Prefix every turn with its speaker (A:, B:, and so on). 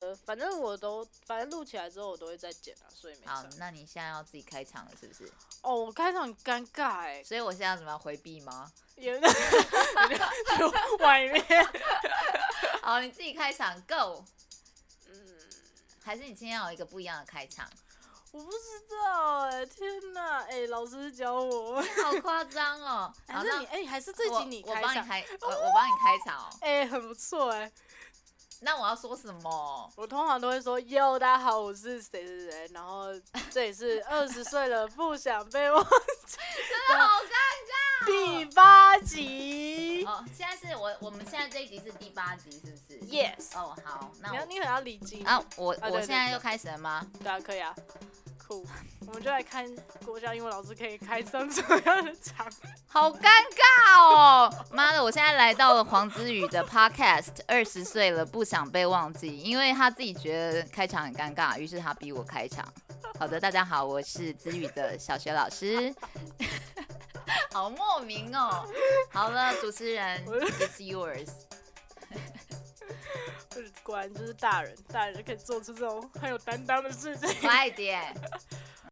A: 得呃反正我都反正录起来之后我都会再剪啊，所以没
B: 好
A: 差。，
B: 那你现在要自己开场了，是不是？
A: 哦，我开场很尴尬哎、
B: 所以我现在要怎么样回避吗？
A: 也有点就外面，
B: 好，你自己开场，Go！
A: 嗯，
B: 还是你今天要有一个不一样的开 场？
A: 我不知道哎、天哪哎、老师教 我，
B: 好夸张哦！
A: 还
B: 好，
A: 是
B: 那
A: 你哎、还是这集你
B: 我我
A: 开
B: 帮你
A: 场
B: 开，我我帮你开场哦。
A: 哎、很不错哎、
B: 那我要说什么？
A: 我通常都会说哟大家好，我是谁谁谁，然后这里 是二十岁了不想被 忘
B: 真的好尴
A: 第八集。
B: 哦！现在是我我们现在这一集是第八集，是不是
A: Yes
B: 哦，好，那
A: 你要
B: 我
A: 你很要理解
B: 啊，我
A: 对
B: 我
A: 对
B: 现在
A: 对
B: 又开始了吗？
A: 对啊，可以啊，酷。我们就来看国家英文老师可以开上怎么样的 场。
B: 好尴尬哦！妈的，我现在来到了黄子宇的 podcast，二十岁了不想被忘记，因为他自己觉得开场很尴尬，于是他逼我开场。好的，大家好，我是子宇的小学老师。 好莫名哦。好了，主持人
A: 我
B: ，it's yours。
A: 就是果然就是大人，大人就可以做出这种很有担当的事情。
B: 快点，